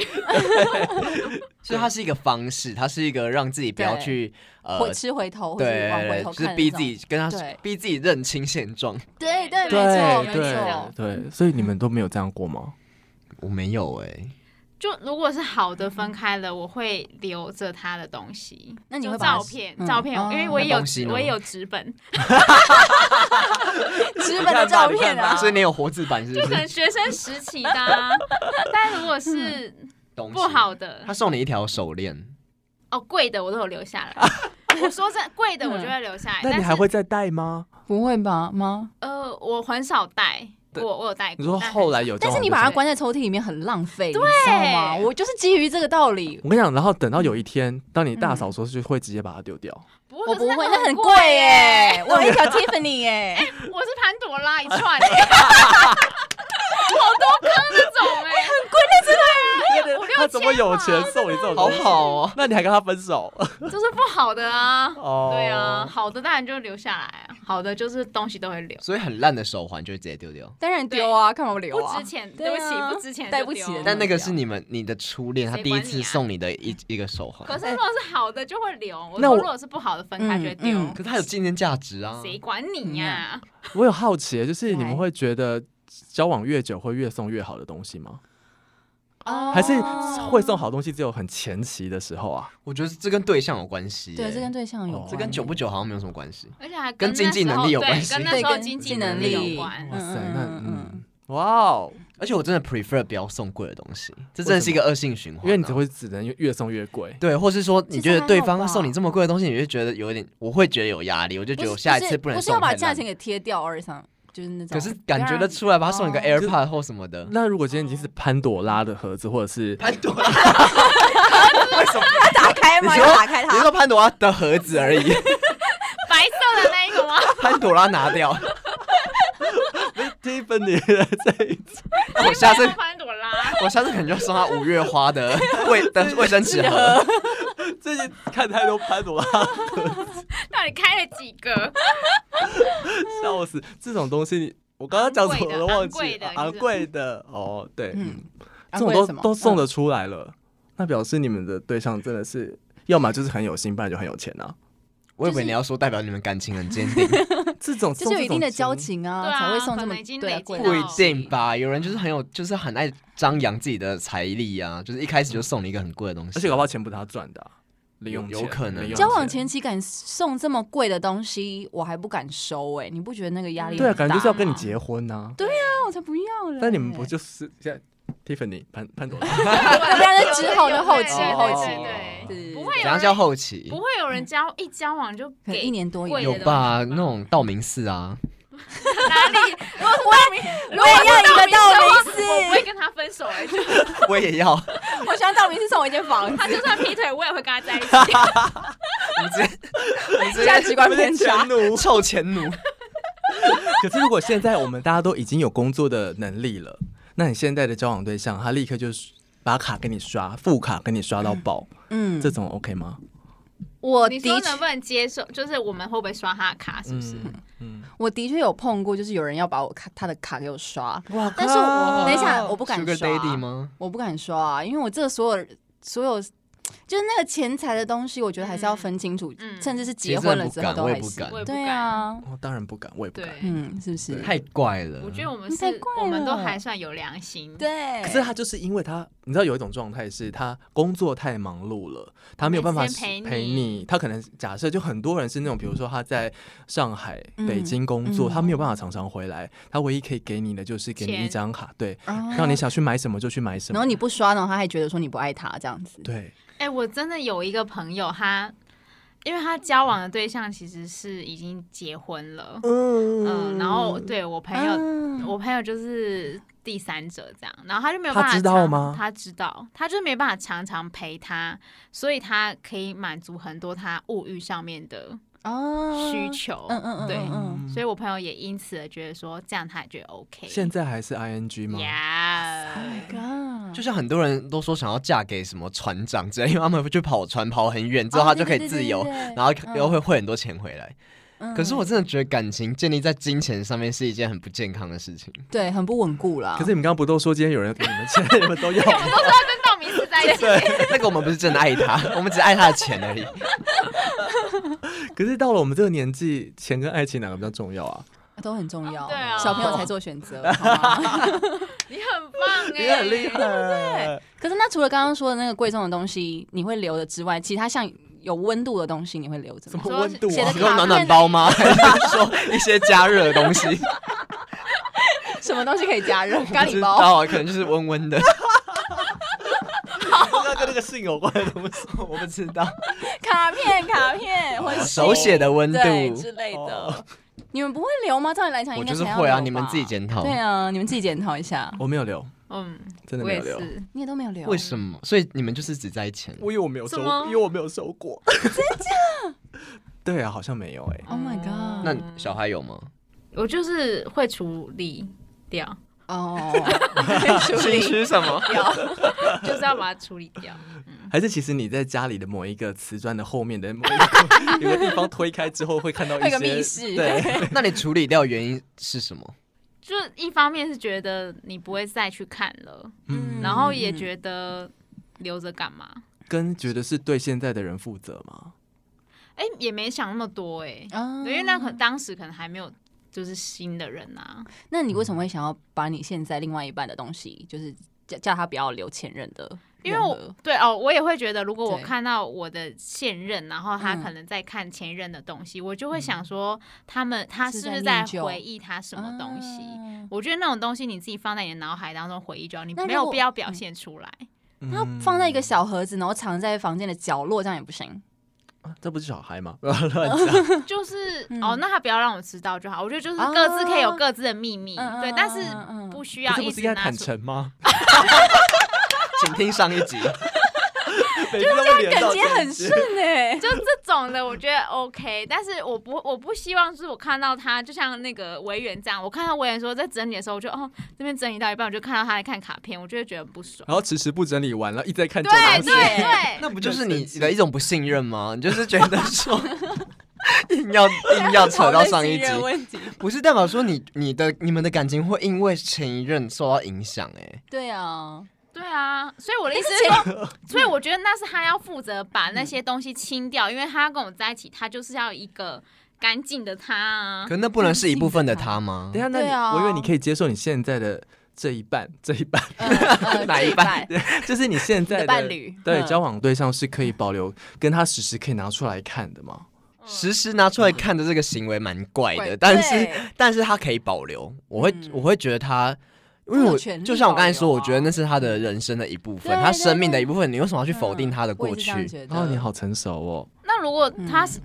Speaker 2: 所以它是一个方式，它是一个让自己不要
Speaker 4: 对
Speaker 2: 去呃，
Speaker 4: 回
Speaker 2: 对
Speaker 4: 吃回头，或者往回
Speaker 2: 对，
Speaker 4: 头
Speaker 2: 对
Speaker 4: 看，
Speaker 2: 就是逼自己，跟他
Speaker 4: 对
Speaker 2: 逼自己认清现状。
Speaker 4: 对对，没
Speaker 1: 对
Speaker 4: 错
Speaker 3: 有
Speaker 4: 没
Speaker 3: 一点这
Speaker 4: 错
Speaker 3: 样，
Speaker 1: 对对，所以你们都没有这样过吗？
Speaker 2: 我没有哎，
Speaker 3: 就如果是好的分开了，我会留着他的东西。
Speaker 4: 那你
Speaker 3: 就
Speaker 4: 会把它
Speaker 3: 照片
Speaker 4: 嗯？
Speaker 3: 照片，
Speaker 4: 哦
Speaker 3: 因为我也
Speaker 2: 那
Speaker 3: 有
Speaker 2: 东西，呢
Speaker 3: 我也有纸本，
Speaker 4: 纸本的照
Speaker 1: 你看
Speaker 4: 片
Speaker 1: 吧
Speaker 4: 啊，
Speaker 2: 所以你有活字版是
Speaker 3: 就可
Speaker 2: 不
Speaker 3: 能
Speaker 2: 是？
Speaker 3: 学生时期的啊。但如果是
Speaker 2: 东西
Speaker 3: 不，好的
Speaker 2: 他，送你一条手链，
Speaker 3: 哦，贵的我都有留下来。我说这贵的我就会留下来，
Speaker 1: 嗯那
Speaker 3: 哎但
Speaker 1: 你
Speaker 3: 是
Speaker 1: 还会再带吗？
Speaker 4: 不会吧吗？
Speaker 3: 呃，我很少带，
Speaker 1: 对
Speaker 3: 我我有带过。
Speaker 1: 你说
Speaker 3: 哎但
Speaker 1: 后来有，
Speaker 4: 但是你把它关在抽屉里面很浪费，你知道吗？我就是基于这个道理，
Speaker 1: 我跟你讲，然后等到有一天，当你大扫除的时候，就会直接把它丢掉。
Speaker 3: 不
Speaker 4: 我
Speaker 3: 我
Speaker 4: 不会，
Speaker 3: 那
Speaker 4: 那很
Speaker 3: 贵
Speaker 4: 贵耶，我有一条 Tiffany 耶，
Speaker 3: 我是潘朵拉一串、 欸，好多颗那种哎、五 六
Speaker 1: 他怎么有钱送你这种
Speaker 2: 好
Speaker 1: 东西？
Speaker 2: 好哦。
Speaker 1: 那你还跟他分手？
Speaker 3: 就是不好的啊。
Speaker 1: 哦
Speaker 3: 对啊，，好的当然就留下来啊，好的就是东西都会留，
Speaker 2: 所以很烂的手环就会直接丢掉。
Speaker 4: 当然丢啊，干嘛不留
Speaker 3: 不
Speaker 4: 啊？
Speaker 3: 值钱，
Speaker 4: 对
Speaker 3: 对
Speaker 4: 啊
Speaker 3: 不起，不值钱就
Speaker 4: 带
Speaker 3: 丢，
Speaker 4: 不起的
Speaker 2: 但那个
Speaker 4: 丢
Speaker 2: 是你们你的初恋，他
Speaker 3: 谁
Speaker 2: 第一
Speaker 3: 管
Speaker 2: 次
Speaker 3: 你啊
Speaker 2: 送你的一一个手环，
Speaker 3: 可是如果是好的就会留，我
Speaker 1: 那
Speaker 3: 说
Speaker 1: 我
Speaker 3: 如果是不好的分开就会丢，
Speaker 4: 嗯
Speaker 2: 可是它有纪念价值啊。
Speaker 3: 谁管你啊呀、
Speaker 1: 我有好奇，就是你们
Speaker 4: 来
Speaker 1: 会觉得交往越久会越送越好的东西吗？
Speaker 4: 哦
Speaker 1: 还是会送好东西只有很前期的时候啊？
Speaker 2: 我觉得这跟对象有关系耶。
Speaker 4: 对，这跟对象有
Speaker 1: 哦
Speaker 4: 关，
Speaker 2: 这跟久不久好像没有什么关系。
Speaker 3: 而且还
Speaker 2: 跟经济
Speaker 3: 那时候
Speaker 2: 能力有
Speaker 3: 对
Speaker 2: 关系
Speaker 3: 跟那
Speaker 4: 对
Speaker 3: 时候
Speaker 4: 跟
Speaker 3: 经
Speaker 4: 经济
Speaker 3: 济
Speaker 4: 能
Speaker 3: 能
Speaker 4: 力
Speaker 3: 力有关。
Speaker 1: 哇塞，那
Speaker 4: 嗯嗯嗯
Speaker 1: 嗯，哇哦，
Speaker 2: 而且我真的 prefer 不要送贵的东西，这真的是一个恶性循环啊、
Speaker 1: 因为你只会只能越送越贵。
Speaker 2: 对，或是说你觉
Speaker 4: 其实还
Speaker 2: 得
Speaker 4: 好
Speaker 2: 对方
Speaker 4: 吧
Speaker 2: 送你这么贵的东西，你就觉得有一点，我会觉得有压力，我就觉得我下一次
Speaker 4: 不是
Speaker 2: 能
Speaker 4: 不是
Speaker 2: 送
Speaker 4: 要
Speaker 2: 太
Speaker 4: 把
Speaker 2: 烂
Speaker 4: 价钱。给贴掉而上，就是那种。
Speaker 2: 可是感觉得出来吧，他送你个
Speaker 4: 哦
Speaker 2: AirPod 或什么的，
Speaker 1: 那如果今天已经是潘朵拉的盒子，或者是哎
Speaker 2: 潘朵拉为什么？
Speaker 4: 要啊打开
Speaker 2: 你
Speaker 4: 吗？
Speaker 2: 说
Speaker 4: 要打开
Speaker 2: 你
Speaker 4: 它。
Speaker 2: 说潘朵拉的盒子而已，
Speaker 3: 白色的那一个吗？
Speaker 2: 潘朵拉拿掉，
Speaker 1: Tiffany 的这一
Speaker 2: 我下次
Speaker 3: 潘朵拉，
Speaker 2: 我下次可能就送他五月花的卫的卫生纸 盒，
Speaker 1: 最近看太多潘朵拉，
Speaker 3: 到底开了几个？
Speaker 1: 笑死！这种东西，我刚刚讲什么都忘记了。
Speaker 3: 昂
Speaker 1: 昂
Speaker 3: 贵
Speaker 1: 贵的哦，对，
Speaker 4: 嗯
Speaker 1: 嗯，这种都都送
Speaker 4: 的
Speaker 1: 得出来了，那表示你们的对象真的是，要么就是很有心，不然就很有钱 啊。
Speaker 2: 我以为你要说代表你们感情很坚定，
Speaker 1: 这种
Speaker 4: 就是有一定的交，
Speaker 1: 送这种
Speaker 4: 情啊，
Speaker 3: 对啊
Speaker 4: 才会送这
Speaker 3: 可
Speaker 4: 么
Speaker 3: 能已经
Speaker 4: 对啊
Speaker 3: 累积
Speaker 4: 贵
Speaker 3: 到
Speaker 4: 的
Speaker 2: 不一定吧？有人就是很有，就是很爱张扬自己的财力啊，就是一开始就送你一个很贵的东西，
Speaker 1: 而且搞不好钱不是他赚的啊、零
Speaker 2: 有
Speaker 1: 用
Speaker 2: 有
Speaker 1: 钱
Speaker 2: 可能
Speaker 1: 零用
Speaker 4: 交往前期敢送这么贵的东西，我还不敢收哎、你不觉得那个压力
Speaker 1: 对啊，
Speaker 4: 很大
Speaker 1: 感觉就是要跟你
Speaker 4: 吗
Speaker 1: 结婚呐、
Speaker 4: 那我才不要了。
Speaker 1: 但你们不就是现在 Tiffany 潘潘朵拉？
Speaker 4: 要不然就只好的后期
Speaker 3: 对对
Speaker 4: 后
Speaker 3: 对
Speaker 4: 期，
Speaker 3: 对对
Speaker 4: 对
Speaker 3: 不会
Speaker 2: 怎
Speaker 3: 有
Speaker 2: 样
Speaker 3: 人
Speaker 2: 叫后期
Speaker 3: 不？会有人交一交往就
Speaker 4: 可能
Speaker 3: 给
Speaker 4: 一年多以
Speaker 3: 贵
Speaker 4: 内
Speaker 3: 的
Speaker 2: 有吧？那种道明寺啊，
Speaker 3: 哪里？
Speaker 4: 我也要一个道明
Speaker 3: 我不会
Speaker 4: 寺，
Speaker 3: 跟他分手哎、就
Speaker 2: 我也要，
Speaker 4: 我喜欢道明寺送我一间房
Speaker 3: 他
Speaker 4: 子，
Speaker 3: 就算劈腿，我也会跟他在一起。
Speaker 2: 你直接你直
Speaker 4: 价
Speaker 2: 接
Speaker 4: 值观偏差。
Speaker 1: 奴。
Speaker 2: 臭钱奴，
Speaker 1: 可是如果现在我们大家都已经有工作的能力了，那你现在的交往对象，他立刻就是把卡给你刷，副卡给你刷到爆，
Speaker 4: 嗯
Speaker 1: 这种 OK 吗？
Speaker 4: 我
Speaker 1: 哦
Speaker 3: 你
Speaker 4: 的
Speaker 3: 说
Speaker 4: 确
Speaker 3: 能不能接受？就是我们会不会刷他的卡？是不是？
Speaker 1: 嗯嗯，
Speaker 4: 我的确有碰过，就是有人要把我卡他的卡给我刷，
Speaker 1: 哇
Speaker 4: 但是我等一下我不敢
Speaker 2: Sugar
Speaker 4: 刷
Speaker 2: Daddy 吗？
Speaker 4: 我不敢刷、啊，因为我这个所有所有就是那个钱财的东西，我觉得还是要分清楚，
Speaker 3: 嗯
Speaker 4: 甚至是
Speaker 2: 其
Speaker 4: 结
Speaker 2: 实
Speaker 4: 婚
Speaker 2: 真
Speaker 4: 了
Speaker 2: 的不
Speaker 4: 之后
Speaker 2: 敢，
Speaker 4: 都
Speaker 2: 我也
Speaker 4: 还
Speaker 2: 不
Speaker 4: 是。
Speaker 2: 敢
Speaker 3: 我，也不
Speaker 4: 对
Speaker 3: 敢。
Speaker 4: 啊，
Speaker 1: 我哦当然不敢，我也不敢。
Speaker 3: 对，
Speaker 4: 嗯，是不是？
Speaker 2: 太怪了。
Speaker 3: 我觉得我们
Speaker 4: 你
Speaker 3: 是
Speaker 4: 嗯太怪，了
Speaker 3: 我们都还算有良心。，
Speaker 4: 对，
Speaker 1: 可是他就是因为他，你知道有一种状态是他工作太忙碌了，他没有办法
Speaker 3: 没时间陪你
Speaker 1: 陪你。他可能假设就很多人是那种，比如说他在上海、
Speaker 4: 嗯
Speaker 1: 北京工作，
Speaker 4: 嗯
Speaker 1: 他没有办法常常回来，他唯一可以给你的就是给你
Speaker 3: 钱
Speaker 1: 一张卡，对，
Speaker 4: 哦
Speaker 1: 让你想去买什么就去买什么。
Speaker 4: 然后你不刷，然后他还觉得说你不爱他这样子。
Speaker 1: 对，
Speaker 3: 哎、我真的有一个朋友，他因为他交往的对象其实是已经结婚了，
Speaker 1: 嗯
Speaker 3: 嗯，然后对我朋友，
Speaker 4: 啊
Speaker 3: 我朋友就是第三者这样，然后他就没有
Speaker 1: 他
Speaker 3: 办法
Speaker 1: 知道
Speaker 3: 常
Speaker 1: 吗
Speaker 3: 他知道，他就没办法常常陪他，所以他可以满足很多他物欲上面的
Speaker 4: 啊
Speaker 3: 需，求。
Speaker 4: 嗯嗯嗯，
Speaker 3: 对
Speaker 4: 嗯
Speaker 3: 所以我朋友也因此而觉得说，这样他也觉得 OK。
Speaker 1: 现在还是 ing 吗？
Speaker 3: 呀，
Speaker 4: 嗯，
Speaker 2: 就像很多人都说想要嫁给什么船长之类，因为他们就跑船跑很远之
Speaker 4: 哦
Speaker 2: 后，他就可以自由，然后
Speaker 4: 嗯
Speaker 2: 又会汇很多钱回来。
Speaker 3: 嗯
Speaker 4: 后
Speaker 2: 可是我真的觉得感情建立在金钱上面是一件很不健康的事 情。
Speaker 4: 对很不稳固啦。
Speaker 1: 可是你们刚刚不都说今天有人给你们钱，你 们都要吗？
Speaker 3: 跟道明寺在一起，
Speaker 2: 对，那个我们不是真的爱 他，我们只爱他的钱而已。
Speaker 1: 可是到了我们这个年纪，钱跟爱情哪个比较重要啊？
Speaker 4: 都很重要，
Speaker 3: 对啊
Speaker 4: 小朋友才做选 择。好吗
Speaker 3: 你很棒哎、
Speaker 1: 你很厉害，对
Speaker 4: 可是那除了刚刚说的那个贵重的东西你会留着之外，其他像有温度的东西你会留着
Speaker 1: 什
Speaker 4: 吗
Speaker 1: 么？温度
Speaker 4: 写
Speaker 1: 啊
Speaker 4: 的
Speaker 2: 你？说暖暖包吗？ 还是说一些加热的东西？
Speaker 4: 什么东西可以加热？ 咖
Speaker 2: 不
Speaker 4: 喱
Speaker 2: 知
Speaker 4: 包。
Speaker 2: 道啊，可能就是温温的，
Speaker 1: 要跟那个性有关的东西。
Speaker 2: 我不知道。
Speaker 4: 卡片、卡片，或者
Speaker 2: 手写的温
Speaker 4: 对
Speaker 2: 度
Speaker 4: 之，类的
Speaker 1: 哦。
Speaker 4: 你们不会留吗？照理来讲，
Speaker 2: 我
Speaker 4: 应
Speaker 2: 就
Speaker 4: 该
Speaker 2: 是
Speaker 4: 才要
Speaker 2: 会啊，
Speaker 4: 留
Speaker 2: 你们
Speaker 4: 吧
Speaker 2: 自己。检讨
Speaker 4: 对。啊，你们自己检讨一下。
Speaker 1: 我没有留，
Speaker 3: 嗯，
Speaker 1: 真的
Speaker 3: 我
Speaker 1: 没
Speaker 3: 也
Speaker 1: 有留。
Speaker 3: 是。
Speaker 4: 你也都没有留，
Speaker 2: 为什么？所以你们就是只在一起了。
Speaker 1: 我以为我没有收
Speaker 3: 怎么，
Speaker 1: 因为我没有收 过。真的？ 对啊，好像没有哎、
Speaker 4: ？Oh my god！
Speaker 2: 那小孩有吗？
Speaker 3: 我就是会处理 掉，
Speaker 4: 哦，
Speaker 2: 心虚什么？
Speaker 3: 就是要把它处理掉。
Speaker 1: 还是其实你在家里的某一个瓷砖的后面的某一个 有个地方推开之后，会看到一
Speaker 4: 会
Speaker 1: 些
Speaker 4: 有个密室
Speaker 1: 对，
Speaker 2: 那你处理掉原因是什么？
Speaker 3: 就一方面是觉得你不会再去看了，
Speaker 1: 嗯，
Speaker 3: 然后也觉得留着干嘛？
Speaker 1: 跟觉得是对现在的人负责吗？
Speaker 3: 哎、也没想那么多哎、
Speaker 4: 啊
Speaker 1: 嗯
Speaker 3: 对因为那可当时可能还没有就是新的人啊，
Speaker 4: 那你为什么会想要把你现在另外一半的东西，就是叫叫他不要留前任的
Speaker 3: 因为
Speaker 4: 任何？
Speaker 3: 我对哦，我也会觉得，如果我
Speaker 4: 对
Speaker 3: 看到我的现任，然后他
Speaker 4: 嗯
Speaker 3: 可能在看前任的东西，我就会想说，他们他
Speaker 4: 是
Speaker 3: 是
Speaker 4: 在
Speaker 3: 不是
Speaker 4: 念
Speaker 3: 在
Speaker 4: 旧
Speaker 3: 回忆他什么东西？
Speaker 4: 啊
Speaker 2: 嗯
Speaker 3: 我觉得那种东西你自己放在你的脑海当中回忆就好，你
Speaker 4: 那如
Speaker 3: 没有
Speaker 4: 果嗯
Speaker 3: 必要表现出来。
Speaker 4: 他
Speaker 1: 嗯
Speaker 4: 放在一个小盒子，然后藏在房间的角落，这样也不行。
Speaker 1: 啊这不是小孩吗？乱讲。
Speaker 3: 就是、
Speaker 4: 嗯
Speaker 3: 哦，那他不要让我知道就好。我觉得就是
Speaker 4: 啊
Speaker 3: 各自可以有各自的秘密，
Speaker 4: 嗯
Speaker 3: 对，
Speaker 4: 嗯
Speaker 3: 但是
Speaker 4: 嗯嗯
Speaker 3: 不需
Speaker 1: 可
Speaker 3: 要
Speaker 1: 是
Speaker 3: 一
Speaker 1: 不是
Speaker 3: 直
Speaker 1: 应该
Speaker 3: 拿
Speaker 1: 坦
Speaker 3: 出。
Speaker 1: 诚 吗？
Speaker 2: 请听上一集。
Speaker 1: 每次都连
Speaker 4: 感
Speaker 1: 到
Speaker 4: 觉很
Speaker 1: 这些
Speaker 4: 顺哎、
Speaker 3: 就这种的，我觉得 OK，但是我不我不希望是我看到他，就像那个维园这样，我看到维园说在整理的时候，我就哦这边整理到一半，我就看到他在看卡片，我就会觉得很不爽。
Speaker 1: 然后迟迟不整理完了，一直在看这
Speaker 3: 对
Speaker 1: 东西。
Speaker 3: 对对，
Speaker 2: 那不就是你的一种不信任吗？你就是觉得说 硬 要硬要扯到上一集，
Speaker 4: 问题。
Speaker 2: 不是代表说你你的你们的感情会因为前一任受到影响哎、
Speaker 4: 对啊，
Speaker 3: 对啊，所以我的意思是说，所以我觉得那是他要负责把那些东西清掉，因为他要跟我在一起，他就是要一个干净的他啊。
Speaker 2: 可那不能是一部分的他吗
Speaker 1: 等一？下，那你、
Speaker 4: 对啊
Speaker 1: 我以为你可以接受你现在的这一半，这一半
Speaker 3: 嗯
Speaker 4: 呃 呃
Speaker 2: 哪一
Speaker 4: 这
Speaker 2: 半
Speaker 1: 就是你现在
Speaker 4: 你的伴侣
Speaker 1: 对
Speaker 4: 嗯
Speaker 1: 交往对象是可以保留跟他时时可以拿出来看的吗？
Speaker 3: 嗯
Speaker 2: 实时拿出来看的这个行为蛮怪的，
Speaker 4: 啊对
Speaker 2: 但是但是他可以保留，我会、
Speaker 4: 嗯
Speaker 2: 我会觉得他，因为
Speaker 4: 他有
Speaker 2: 我
Speaker 4: 权利
Speaker 2: 就像我刚才说，
Speaker 4: 保留
Speaker 2: 我
Speaker 4: 啊
Speaker 2: 觉得那是他的人生的一部分，
Speaker 4: 对
Speaker 2: 他
Speaker 4: 对
Speaker 2: 生命的
Speaker 4: 对
Speaker 2: 一部分，你为什么要去否定他的
Speaker 4: 我也
Speaker 2: 过
Speaker 4: 是
Speaker 2: 去
Speaker 4: 这？样觉得
Speaker 1: 哦，你好成熟哦。
Speaker 3: 那如果他是、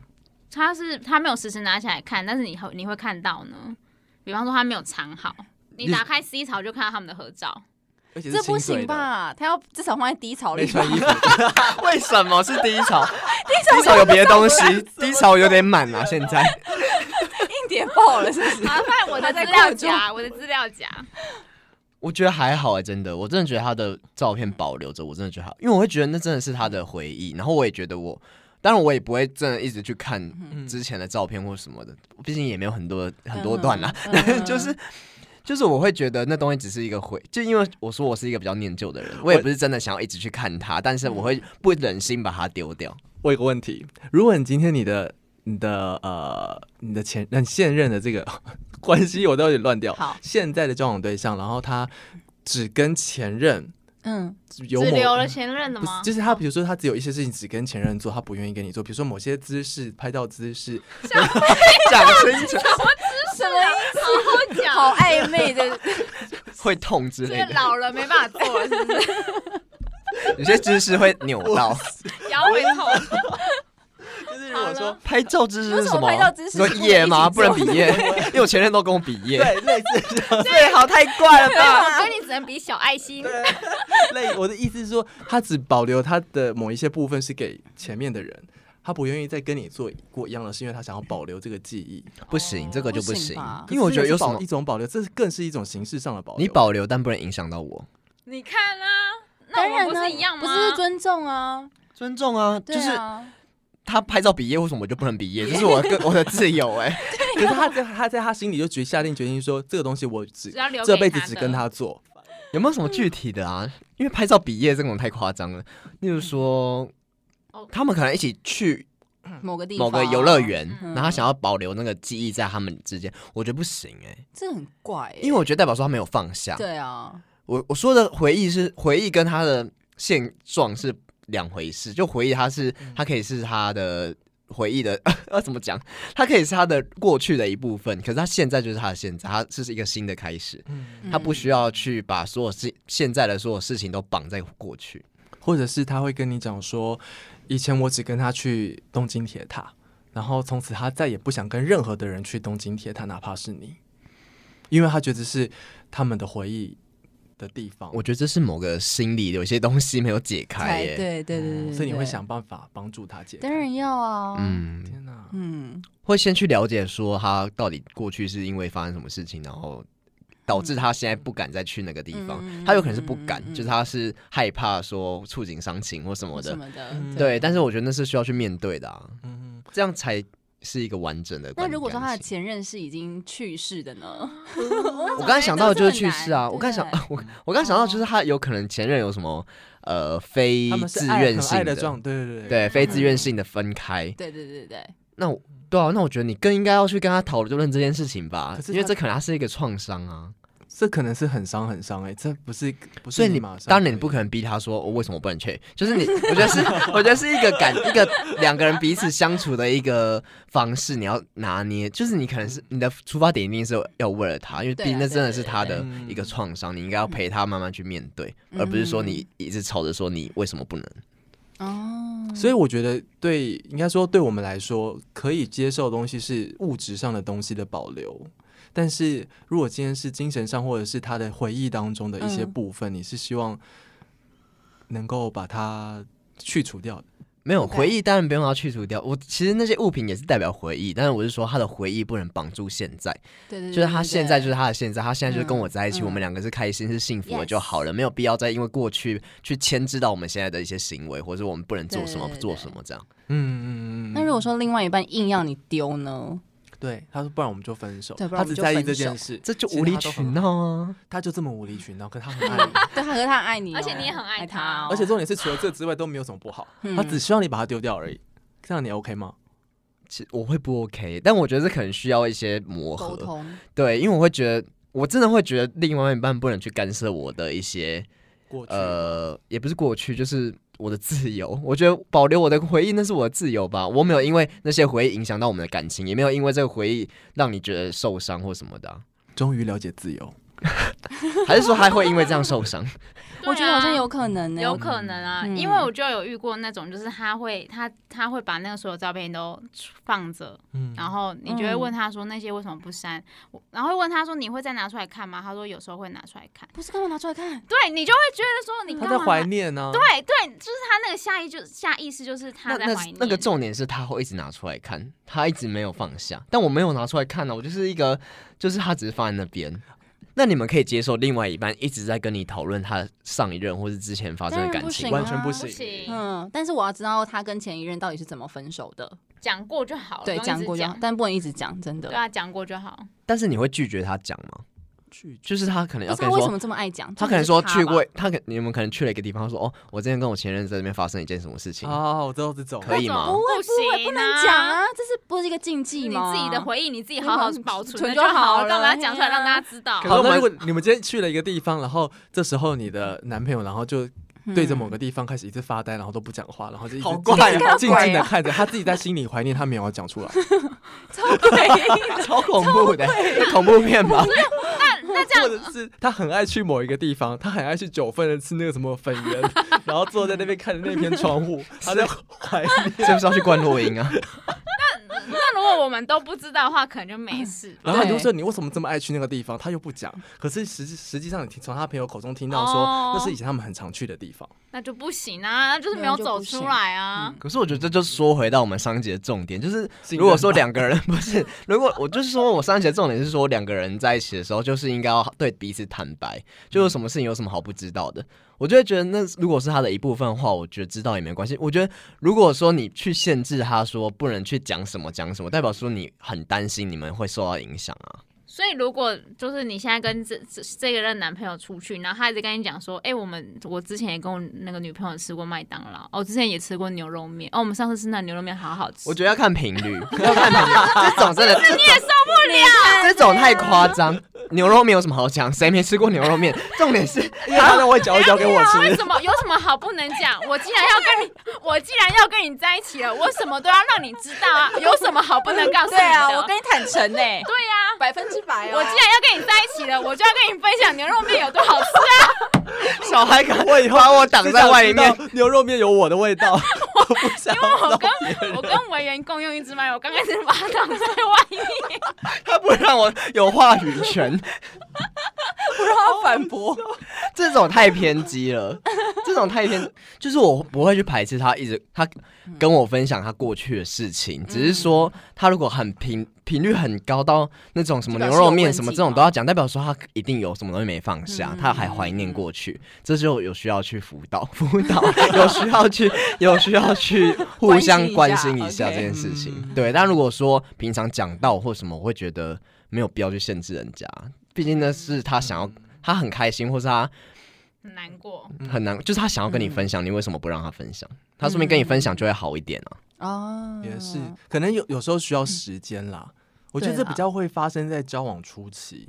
Speaker 3: 他是他没有实时拿起来看，但是你会你会看到呢？比方说他没有藏好，你
Speaker 1: 你
Speaker 3: 打开 C 槽就看到他们的合照，
Speaker 1: 而且
Speaker 4: 这
Speaker 1: 是
Speaker 4: 不
Speaker 1: 亲嘴
Speaker 4: 行
Speaker 1: 的？
Speaker 4: 吧？他要至少放在低潮
Speaker 1: 没
Speaker 4: 里
Speaker 1: 穿衣服，
Speaker 2: 为什么是低潮？低潮有别的东西，低潮有点满啊。现在
Speaker 4: 硬碟爆了，是不是？
Speaker 3: 麻烦我的
Speaker 4: 他
Speaker 3: 资
Speaker 4: 在
Speaker 3: 料
Speaker 4: 各种
Speaker 3: 夹，我的资料夹。
Speaker 2: 我觉得还好哎、真的，我真的觉得他的照片保留着，我真的觉得好，因为我会觉得那真的是他的回忆。然后我也觉得我，当然我也不会真的一直去看
Speaker 1: 嗯
Speaker 2: 之前的照片或什么的，毕竟也没有很多很多段啦。
Speaker 4: 嗯嗯嗯
Speaker 2: 就是就是我会觉得那东西只是一个回，就因为我说我是一个比较念旧的人，我也不是真的想要一直去看它，但是我
Speaker 4: 嗯
Speaker 2: 会不忍心把它丢掉。
Speaker 1: 我有个问题，如果你今天你的你的呃你的前那你现任的这个 关系，我都有点乱掉。
Speaker 4: 好，
Speaker 1: 现在的交往对象，然后他只跟前任
Speaker 4: 嗯，
Speaker 1: 有
Speaker 3: 只
Speaker 1: 某
Speaker 3: 留了前任的
Speaker 1: 不是
Speaker 3: 吗？
Speaker 1: 就是他，比如说他只有一些事情只跟前任做，他不愿意跟你做，比如说某些姿势、拍照姿势，
Speaker 2: 讲清 楚
Speaker 4: 什么意
Speaker 3: 好好
Speaker 4: 思？好
Speaker 3: 讲，
Speaker 4: 暧昧 的，
Speaker 2: 会痛之类
Speaker 3: 这
Speaker 2: 的，
Speaker 3: 个老了没办法做了，是不是？
Speaker 2: 有些姿势会扭 到。
Speaker 3: 摇回头，
Speaker 1: 就是如
Speaker 3: 好
Speaker 1: 果说
Speaker 3: 了，
Speaker 2: 拍照姿势
Speaker 4: 为
Speaker 2: 是
Speaker 4: 什
Speaker 2: 什
Speaker 4: 么拍照姿
Speaker 2: 你
Speaker 4: 势
Speaker 2: 说
Speaker 4: 是不能
Speaker 2: 耶
Speaker 4: 一
Speaker 2: 吗？
Speaker 4: 起
Speaker 2: 不能
Speaker 4: 做
Speaker 2: 比
Speaker 4: 的
Speaker 2: 耶，因为我前任都跟我比耶。
Speaker 1: 对，类似这 样。
Speaker 2: 最好太怪了吧？
Speaker 3: 我跟你只能比小爱心。
Speaker 1: 类我的意思是说，他只保留他的某一些部分是给前面的人，他不愿意再跟你做过一样的，是因为他想要保留这个记忆。
Speaker 2: 不行，这个就
Speaker 4: 不行
Speaker 2: 行
Speaker 4: 吧，
Speaker 2: 因为我觉得有
Speaker 1: 可
Speaker 2: 什
Speaker 1: 是
Speaker 2: 么
Speaker 1: 这也是保一种保留，这是更是一种形式上的保留。
Speaker 2: 你保留，但不能影响到我。
Speaker 3: 你看啊，那
Speaker 4: 当
Speaker 3: 我们不
Speaker 4: 然呢
Speaker 3: 是一样吗？
Speaker 4: 不是尊重啊，
Speaker 2: 尊重啊，就
Speaker 4: 对
Speaker 2: 是
Speaker 4: 啊，
Speaker 2: 他拍照比耶，为什么我就不能比 耶？这是我的个我的自由哎。
Speaker 1: 可是他在他在他心里就决下定决心说，这个东西我只
Speaker 3: 只要留给
Speaker 1: 这辈子
Speaker 3: 他
Speaker 1: 只
Speaker 3: 的
Speaker 1: 跟他做。
Speaker 2: 有没有什么具体的啊？因为拍照比耶这种太夸张了。例如说
Speaker 1: 嗯
Speaker 3: 哦，
Speaker 2: 他们可能一起去
Speaker 4: 某个地方
Speaker 2: 某
Speaker 4: 啊
Speaker 2: 个游乐，园，
Speaker 1: 哦
Speaker 3: 嗯
Speaker 2: 然后他想要保留那个记忆在他们之间，我觉得不行哎，
Speaker 4: 这很怪
Speaker 1: 嗯
Speaker 4: 欸，
Speaker 2: 因为我觉得代表说他没有放下。
Speaker 4: 对啊，
Speaker 2: 我我说的回忆是回忆跟他的现状是两回事，就回忆他是他可以是他的回忆的， 要怎么讲？他可以是他的过去的一部分，可是他现在就是他的现在，他这是一个新的开始，
Speaker 1: 嗯，
Speaker 2: 他不需要去把所有事现在的所有事情都绑在过去。
Speaker 1: 或者是他会跟你讲说，以前我只跟他去东京铁塔，然后从此他再也不想跟任何的人去东京铁塔，哪怕是你，因为他觉得是他们的回忆的地方。
Speaker 2: 我觉得这是某个心理有一些东西没有解开
Speaker 4: 才
Speaker 2: 耶。
Speaker 4: 对对对对对，
Speaker 1: 所以你会
Speaker 4: 对，
Speaker 1: 想办法帮助他解开。
Speaker 4: 当然要啊，嗯
Speaker 2: 嗯，
Speaker 1: 天哪，
Speaker 4: 嗯，
Speaker 2: 会先去了解说他到底过去是因为发生什么事情，然后导致他现在不敢再去那个地方。
Speaker 4: 嗯
Speaker 2: 他有可能是不敢，
Speaker 4: 嗯嗯嗯
Speaker 2: 就是他是害怕说触景伤情或什么的。
Speaker 4: 什么的
Speaker 1: 嗯，
Speaker 2: 对，但是我觉得那是需要去面对的啊，
Speaker 1: 嗯，
Speaker 2: 这样才是一个完整的
Speaker 4: 那
Speaker 2: 关系感情。
Speaker 4: 如果说他的前任是已经去世的呢？
Speaker 2: 我刚才想到的就是去世啊，
Speaker 4: 这
Speaker 2: 我
Speaker 4: 个
Speaker 2: 刚
Speaker 4: 真
Speaker 2: 才
Speaker 4: 的
Speaker 2: 想
Speaker 4: 很难，
Speaker 2: 我 我刚才想到就是他有可能前任有什么呃非
Speaker 1: 他们是
Speaker 2: 自
Speaker 1: 爱
Speaker 2: 愿
Speaker 1: 很
Speaker 2: 性
Speaker 1: 爱的状，对对对，
Speaker 2: 对非自愿
Speaker 4: 嗯
Speaker 2: 性的分开，
Speaker 4: 对对对对
Speaker 2: 那我对啊，那我觉得你更应该要去跟他讨论这件事情吧
Speaker 1: 可，是
Speaker 2: 因为
Speaker 1: 他
Speaker 2: 这可能他是一个创伤啊，
Speaker 1: 嗯这可能是很伤很伤哎、这不是不是
Speaker 2: 所以你
Speaker 1: 马上
Speaker 2: 当然你
Speaker 1: 可以
Speaker 2: 不可能逼他说、哦、为什么我不能去，就是你，我觉得是我觉得是一个感一个两个人彼此相处的一个方式，你要拿捏，就是你可能是
Speaker 1: 嗯
Speaker 2: 你的出发点一定是要为了他，因为毕
Speaker 4: 对啊
Speaker 2: 竟那真的是
Speaker 4: 对对啊
Speaker 2: 他的
Speaker 1: 对对
Speaker 2: 一个创伤，你应该要陪他慢慢去面对，
Speaker 4: 嗯
Speaker 2: 而不是说你一直吵着说你为什么不能。
Speaker 4: 对，哦，
Speaker 1: 所以我觉得对，应该说对我们来说，可以接受的东西是物质上的东西的保留。但是如果今天是精神上，或者是他的回忆当中的一些
Speaker 4: 嗯
Speaker 1: 部分，你是希望能够把它去除掉的。
Speaker 2: 没有
Speaker 4: OK
Speaker 2: 回忆，当然不用要去除掉。我其实那些物品也是代表回忆，但是我是说他的回忆不能绑住现在。
Speaker 4: 对对，对
Speaker 2: 就是他现在就是
Speaker 4: 嗯对
Speaker 2: 他的现在，他现在就是跟我在一起，
Speaker 4: 嗯
Speaker 2: 我们两个是开心是幸福的
Speaker 4: Yes
Speaker 2: 就好了，没有必要再因为过去去牵制到我们现在的一些行为，或者我们不能做什么
Speaker 4: 对对
Speaker 2: 不做什么这样。
Speaker 1: 嗯嗯嗯。
Speaker 4: 那如果说另外一半硬要你丢呢？
Speaker 1: 对对，他说不然我们就分手，
Speaker 4: 对不然
Speaker 1: 他
Speaker 4: 我们
Speaker 1: 只
Speaker 4: 就
Speaker 1: 在意
Speaker 4: 分
Speaker 1: 这件
Speaker 4: 手
Speaker 1: 事，
Speaker 2: 这就
Speaker 1: 其
Speaker 2: 无理
Speaker 1: 他都
Speaker 2: 取
Speaker 1: 很好
Speaker 2: 闹啊！
Speaker 1: 他就这么无理取闹，可他很 爱你，
Speaker 4: 对他可是他很爱你哦，
Speaker 3: 而且你也很爱
Speaker 4: 爱
Speaker 3: 他哦
Speaker 4: 哦
Speaker 1: 而且重点是除了这之外都没有什么不好，
Speaker 4: 嗯
Speaker 1: 他只希望你把它丢掉而已，这样你 OK 吗？
Speaker 2: 其实我会不 OK，但我觉得这可能需要一些磨
Speaker 4: 沟
Speaker 2: 合。
Speaker 4: 通，
Speaker 2: 对，因为我会觉得，我真的会觉得另外一半不能去干涉我的一些
Speaker 1: 过去，
Speaker 2: 呃，也不是过去，就是我的自由。我觉得保留我的回忆，那是我的自由吧。我没有因为那些回忆影响到我们的感情，也没有因为这个回忆让你觉得受伤或什么的啊、
Speaker 1: 终于了解自由，
Speaker 2: 还是说还会因为这样受伤？
Speaker 3: 对啊
Speaker 4: 我觉得好像有可能呢，
Speaker 3: 有可能啊，
Speaker 4: 嗯
Speaker 3: 因为我就有遇过那种，就是他会他他会把那个所有照片都放着，
Speaker 1: 嗯，
Speaker 2: 哦
Speaker 3: 然后你就会问他说那些为什么不删，我然后会问他说你会再拿出来看吗？他说有时候会拿出来看，
Speaker 4: 不是干嘛拿出来看？
Speaker 3: 对你就会觉得说你
Speaker 1: 他
Speaker 3: 干
Speaker 1: 在
Speaker 3: 嘛
Speaker 1: 怀
Speaker 3: 拿？
Speaker 1: 念啊呢，
Speaker 3: 对对，就是他那个下意就下意识就是
Speaker 2: 那
Speaker 3: 他在
Speaker 2: 那
Speaker 3: 怀念
Speaker 2: 那个重点是他会一直拿出来看，他一直没有放下，但我没有拿出来看呢、我就是一个，就是他只是放在那边。那你们可以接受另外一半一直在跟你讨论他上一任或是之前发生
Speaker 4: 当
Speaker 2: 的感
Speaker 4: 然不
Speaker 2: 情
Speaker 4: 行啊
Speaker 2: 吗？
Speaker 1: 完全不
Speaker 3: 不
Speaker 1: 行，
Speaker 3: 行，
Speaker 4: 嗯，但是我要知道他跟前一任到底是怎么分手的，
Speaker 3: 讲过就好，
Speaker 4: 对，
Speaker 3: 不用一
Speaker 4: 讲
Speaker 3: 直
Speaker 4: 过就好，但不能一直讲，真
Speaker 3: 对
Speaker 4: 的。
Speaker 3: 啊，讲过就好，
Speaker 2: 但是你会拒绝他讲吗？
Speaker 1: 拒绝
Speaker 2: 就是他可能
Speaker 4: 不
Speaker 2: 要
Speaker 4: 是
Speaker 2: 跟
Speaker 4: 他
Speaker 2: 你
Speaker 4: 为什
Speaker 2: 说，
Speaker 4: 么这么爱讲？
Speaker 2: 他可能说
Speaker 4: 重点
Speaker 2: 去
Speaker 4: 是他吧
Speaker 2: 过，他可你们可能去了一个地方，说哦，我之前跟我前任在那边发生一件什么事情，
Speaker 1: 啊，我知道这种，
Speaker 2: 可以吗
Speaker 3: 那
Speaker 4: 不
Speaker 3: 种
Speaker 4: 会
Speaker 3: 不
Speaker 4: 不会
Speaker 3: 行
Speaker 4: 不能
Speaker 3: 啊
Speaker 4: 讲啊，这是不是一个禁忌
Speaker 3: 你
Speaker 4: 吗？
Speaker 3: 自己的回忆你自己好好保存
Speaker 4: 存
Speaker 3: 了
Speaker 4: 就好
Speaker 3: 好
Speaker 4: 了
Speaker 3: 干嘛要讲出来
Speaker 4: 嘿啊
Speaker 3: 让大家知道
Speaker 1: 可？
Speaker 2: 好
Speaker 1: 是
Speaker 2: 那
Speaker 1: 那如果你们今天去了一个地方，然后这时候你的男朋友，然后就
Speaker 4: 嗯
Speaker 1: 对着某个地方开始一直发呆，然后都不讲话，然后就一直
Speaker 2: 好怪
Speaker 1: 静
Speaker 2: 哦
Speaker 1: 静静静的看着，他自己在心里怀念，他没有要讲出来。
Speaker 3: 啊
Speaker 2: 超恐怖的，那恐怖片吧？
Speaker 1: 那 这样，或者是他很爱去某一个地方，他很爱去九份的吃那个什么粉圆，然后坐在那边看着那片窗户，他在怀 念。
Speaker 2: 是不是要去关录音啊？
Speaker 3: 那如果我们都不知道的话，可能就没事。
Speaker 1: 然后你就说你为什么这么爱去那个地方？他又不讲，可是实际实际上你听从他朋友口中听到说，
Speaker 3: 哦
Speaker 1: 那是以前他们很常去的地方。
Speaker 3: 那就不行啊，那就是没有走出来啊。
Speaker 2: 可是我觉得这就说回到我们上一节的重点，就是
Speaker 1: 信任
Speaker 2: 如果说
Speaker 1: 吧
Speaker 2: 两个人不 是，如果我就是说我上一节的重点是说两个人在一起的时候，就是应该要对彼此坦白，就是什么事情有什么好不知道的。我就会觉得那如果是他的一部分的话，我觉得知道也没关系。我觉得如果说你去限制他说不能去讲什么讲什么，代表说你很担心你们会受到影响啊。
Speaker 3: 所以如果就是你现在跟这这这个任男朋友出去，然后他一直跟你讲说，哎、我们我之前也跟我那个女朋友吃过麦当劳，哦，之前也吃过牛肉面，哦，我们上次吃那牛肉面好好吃。
Speaker 2: 我觉得要看频率，要看频率， 这种真的你也受不了，这种太夸张。牛肉面有什么好讲？谁没吃过牛肉面？重点是
Speaker 1: 因为他都会嚼一嚼给我吃。
Speaker 3: 啊为什么有什么好不能讲？我既然要跟你，我既然要跟你在一起了，我什么都要让你知道啊！有什么好不能告诉你的？
Speaker 4: 对啊，我跟你坦诚呢、
Speaker 3: 对呀、
Speaker 4: 百分之百
Speaker 3: 我既然要跟你在一起了，我就要跟你分享牛肉面有多好吃啊！
Speaker 2: 小孩敢
Speaker 1: 我以后
Speaker 2: 把我挡在外面，，
Speaker 1: 牛肉面有我的味道，我不想。
Speaker 3: 我跟我跟维园共用一只麦，我刚开始把它挡在外面。
Speaker 2: 他不让我有话语权，
Speaker 4: 不让他反驳，
Speaker 2: 这种太偏激了， 这种太偏，就是我不会去排斥他一直他跟我分享他过去的事情，只是说他如果很频频率很高到那种什么牛肉面什么这种都要讲，代表说他一定有什么东西没放下，他还怀念过去，这就有需要去辅导 辅导，有需要去有需要去互相关心一下这件事情。对，但如果说平常讲到或什么，我会觉得没有必要去限制人家，毕竟那是他想要。他很开心，或是他
Speaker 3: 很难过，
Speaker 2: 很
Speaker 4: 嗯
Speaker 2: 难，就是他想要跟你分享，你为什么不让他分享？他说明跟你分享就会好一点啊。
Speaker 4: 哦，
Speaker 1: 也是，可能有有时候需要时间啦。我觉得
Speaker 4: 对
Speaker 1: 这
Speaker 4: 啦
Speaker 1: 比较会发生在交往初期。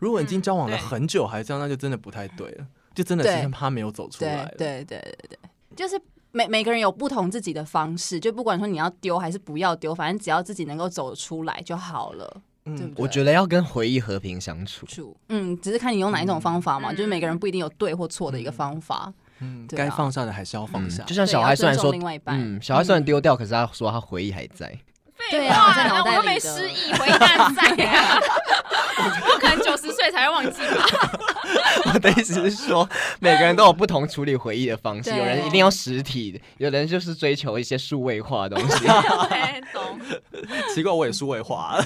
Speaker 1: 如果已经
Speaker 3: 嗯
Speaker 1: 交往了
Speaker 3: 对
Speaker 1: 很久还这样，那就真的不太对了，就真的是
Speaker 4: 对
Speaker 1: 他没有走出来
Speaker 4: 对
Speaker 1: 了。
Speaker 4: 对对对对，就是每每个人有不同自己的方式，就不管说你要丢还是不要丢，反正只要自己能够走出来就好了，对不
Speaker 1: 嗯，
Speaker 4: 对？
Speaker 2: 我觉
Speaker 4: 得。
Speaker 2: 得要跟回忆和平相处，
Speaker 4: 嗯，只是看你用哪一种方法嘛，
Speaker 3: 嗯
Speaker 4: 就是每个人不一定有对或错的一个方法，
Speaker 1: 嗯，
Speaker 4: 对
Speaker 1: 该
Speaker 4: 啊
Speaker 1: 放下的还是要放下。
Speaker 2: 嗯就像小孩虽然
Speaker 4: 对
Speaker 2: 说
Speaker 4: 要尊重另外一，半
Speaker 2: 嗯，小孩虽然丢掉，可是他说他回忆还 在。
Speaker 4: 对
Speaker 3: 废
Speaker 4: 啊
Speaker 3: 话，
Speaker 4: 在脑
Speaker 3: 那
Speaker 4: 袋
Speaker 3: 我
Speaker 4: 里的
Speaker 3: 会没失忆，回忆 在啊。 我可能九十岁才会忘记吧。
Speaker 2: 我的意思是说，每个人都有不同处理回忆的方式，
Speaker 4: 对
Speaker 2: 有人一定要实体的，有人就是追求一些数位化的东 西，
Speaker 3: 对，懂。
Speaker 1: 奇怪，我也是会画。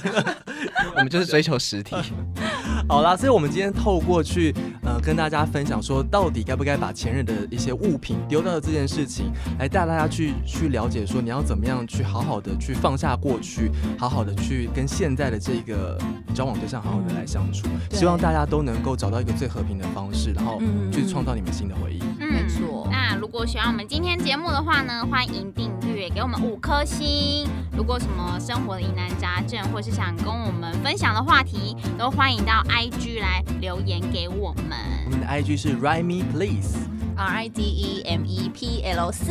Speaker 2: 我们就是追求实体。
Speaker 1: 好啦，所以我们今天透过去呃跟大家分享说，到底该不该把前任的一些物品丢掉的这件事情，来带大家去去了解说，你要怎么样去好好的去放下过去，好好的去跟现在的这个交往对象好好的来相处。
Speaker 4: 对
Speaker 1: 希望大家都能够找到一个最和平的方式，然后
Speaker 4: 嗯嗯
Speaker 1: 去
Speaker 4: 嗯
Speaker 1: 创造你们新的回忆。
Speaker 3: 嗯
Speaker 4: 没错
Speaker 3: 那如果喜欢我们今天节目的话呢，欢迎订阅，给我们五颗星。如果什么生活的疑难杂症，或是想跟我们分享的话题，都欢迎到 IG 来留言给我
Speaker 1: 我
Speaker 3: 们。
Speaker 1: 们的 IG 是 Write Me Please。
Speaker 4: R I D E M E P L 四。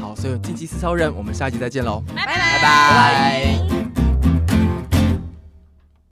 Speaker 1: 好，所以近期四超人，我们下一集再见喽。
Speaker 3: 拜拜
Speaker 2: 拜拜。